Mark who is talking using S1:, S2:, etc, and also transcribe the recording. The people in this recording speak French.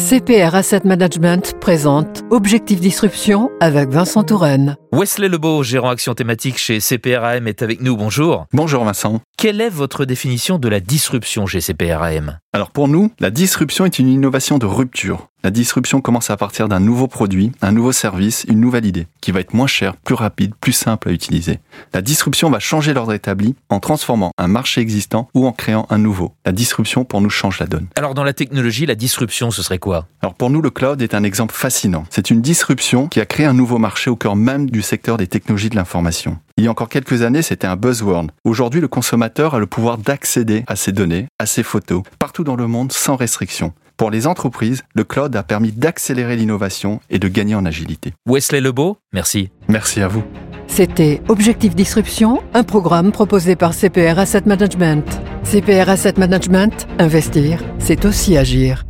S1: CPR Asset Management présente Objectif Disruption avec Vincent Touraine.
S2: Wesley Lebeau, gérant action thématique chez CPRAM, est avec nous. Bonjour.
S3: Bonjour Vincent.
S2: Quelle est votre définition de la disruption chez CPRAM
S3: Alors pour nous, la disruption est une innovation de rupture. La disruption commence à partir d'un nouveau produit, un nouveau service, une nouvelle idée, qui va être moins chère, plus rapide, plus simple à utiliser. La disruption va changer l'ordre établi en transformant un marché existant ou en créant un nouveau. La disruption pour nous change la donne.
S2: Alors dans la technologie, la disruption, ce serait quoi
S3: Alors pour nous, le cloud est un exemple fascinant. C'est une disruption qui a créé un nouveau marché au cœur même du secteur des technologies de l'information. Il y a encore quelques années, c'était un buzzword. Aujourd'hui, le consommateur a le pouvoir d'accéder à ses données, à ses photos, partout dans le monde sans restriction. Pour les entreprises, le cloud a permis d'accélérer l'innovation et de gagner en agilité.
S2: Wesley Lebeau, merci.
S3: Merci à vous.
S1: C'était Objectif Disruption, un programme proposé par CPR Asset Management. CPR Asset Management, investir, c'est aussi agir.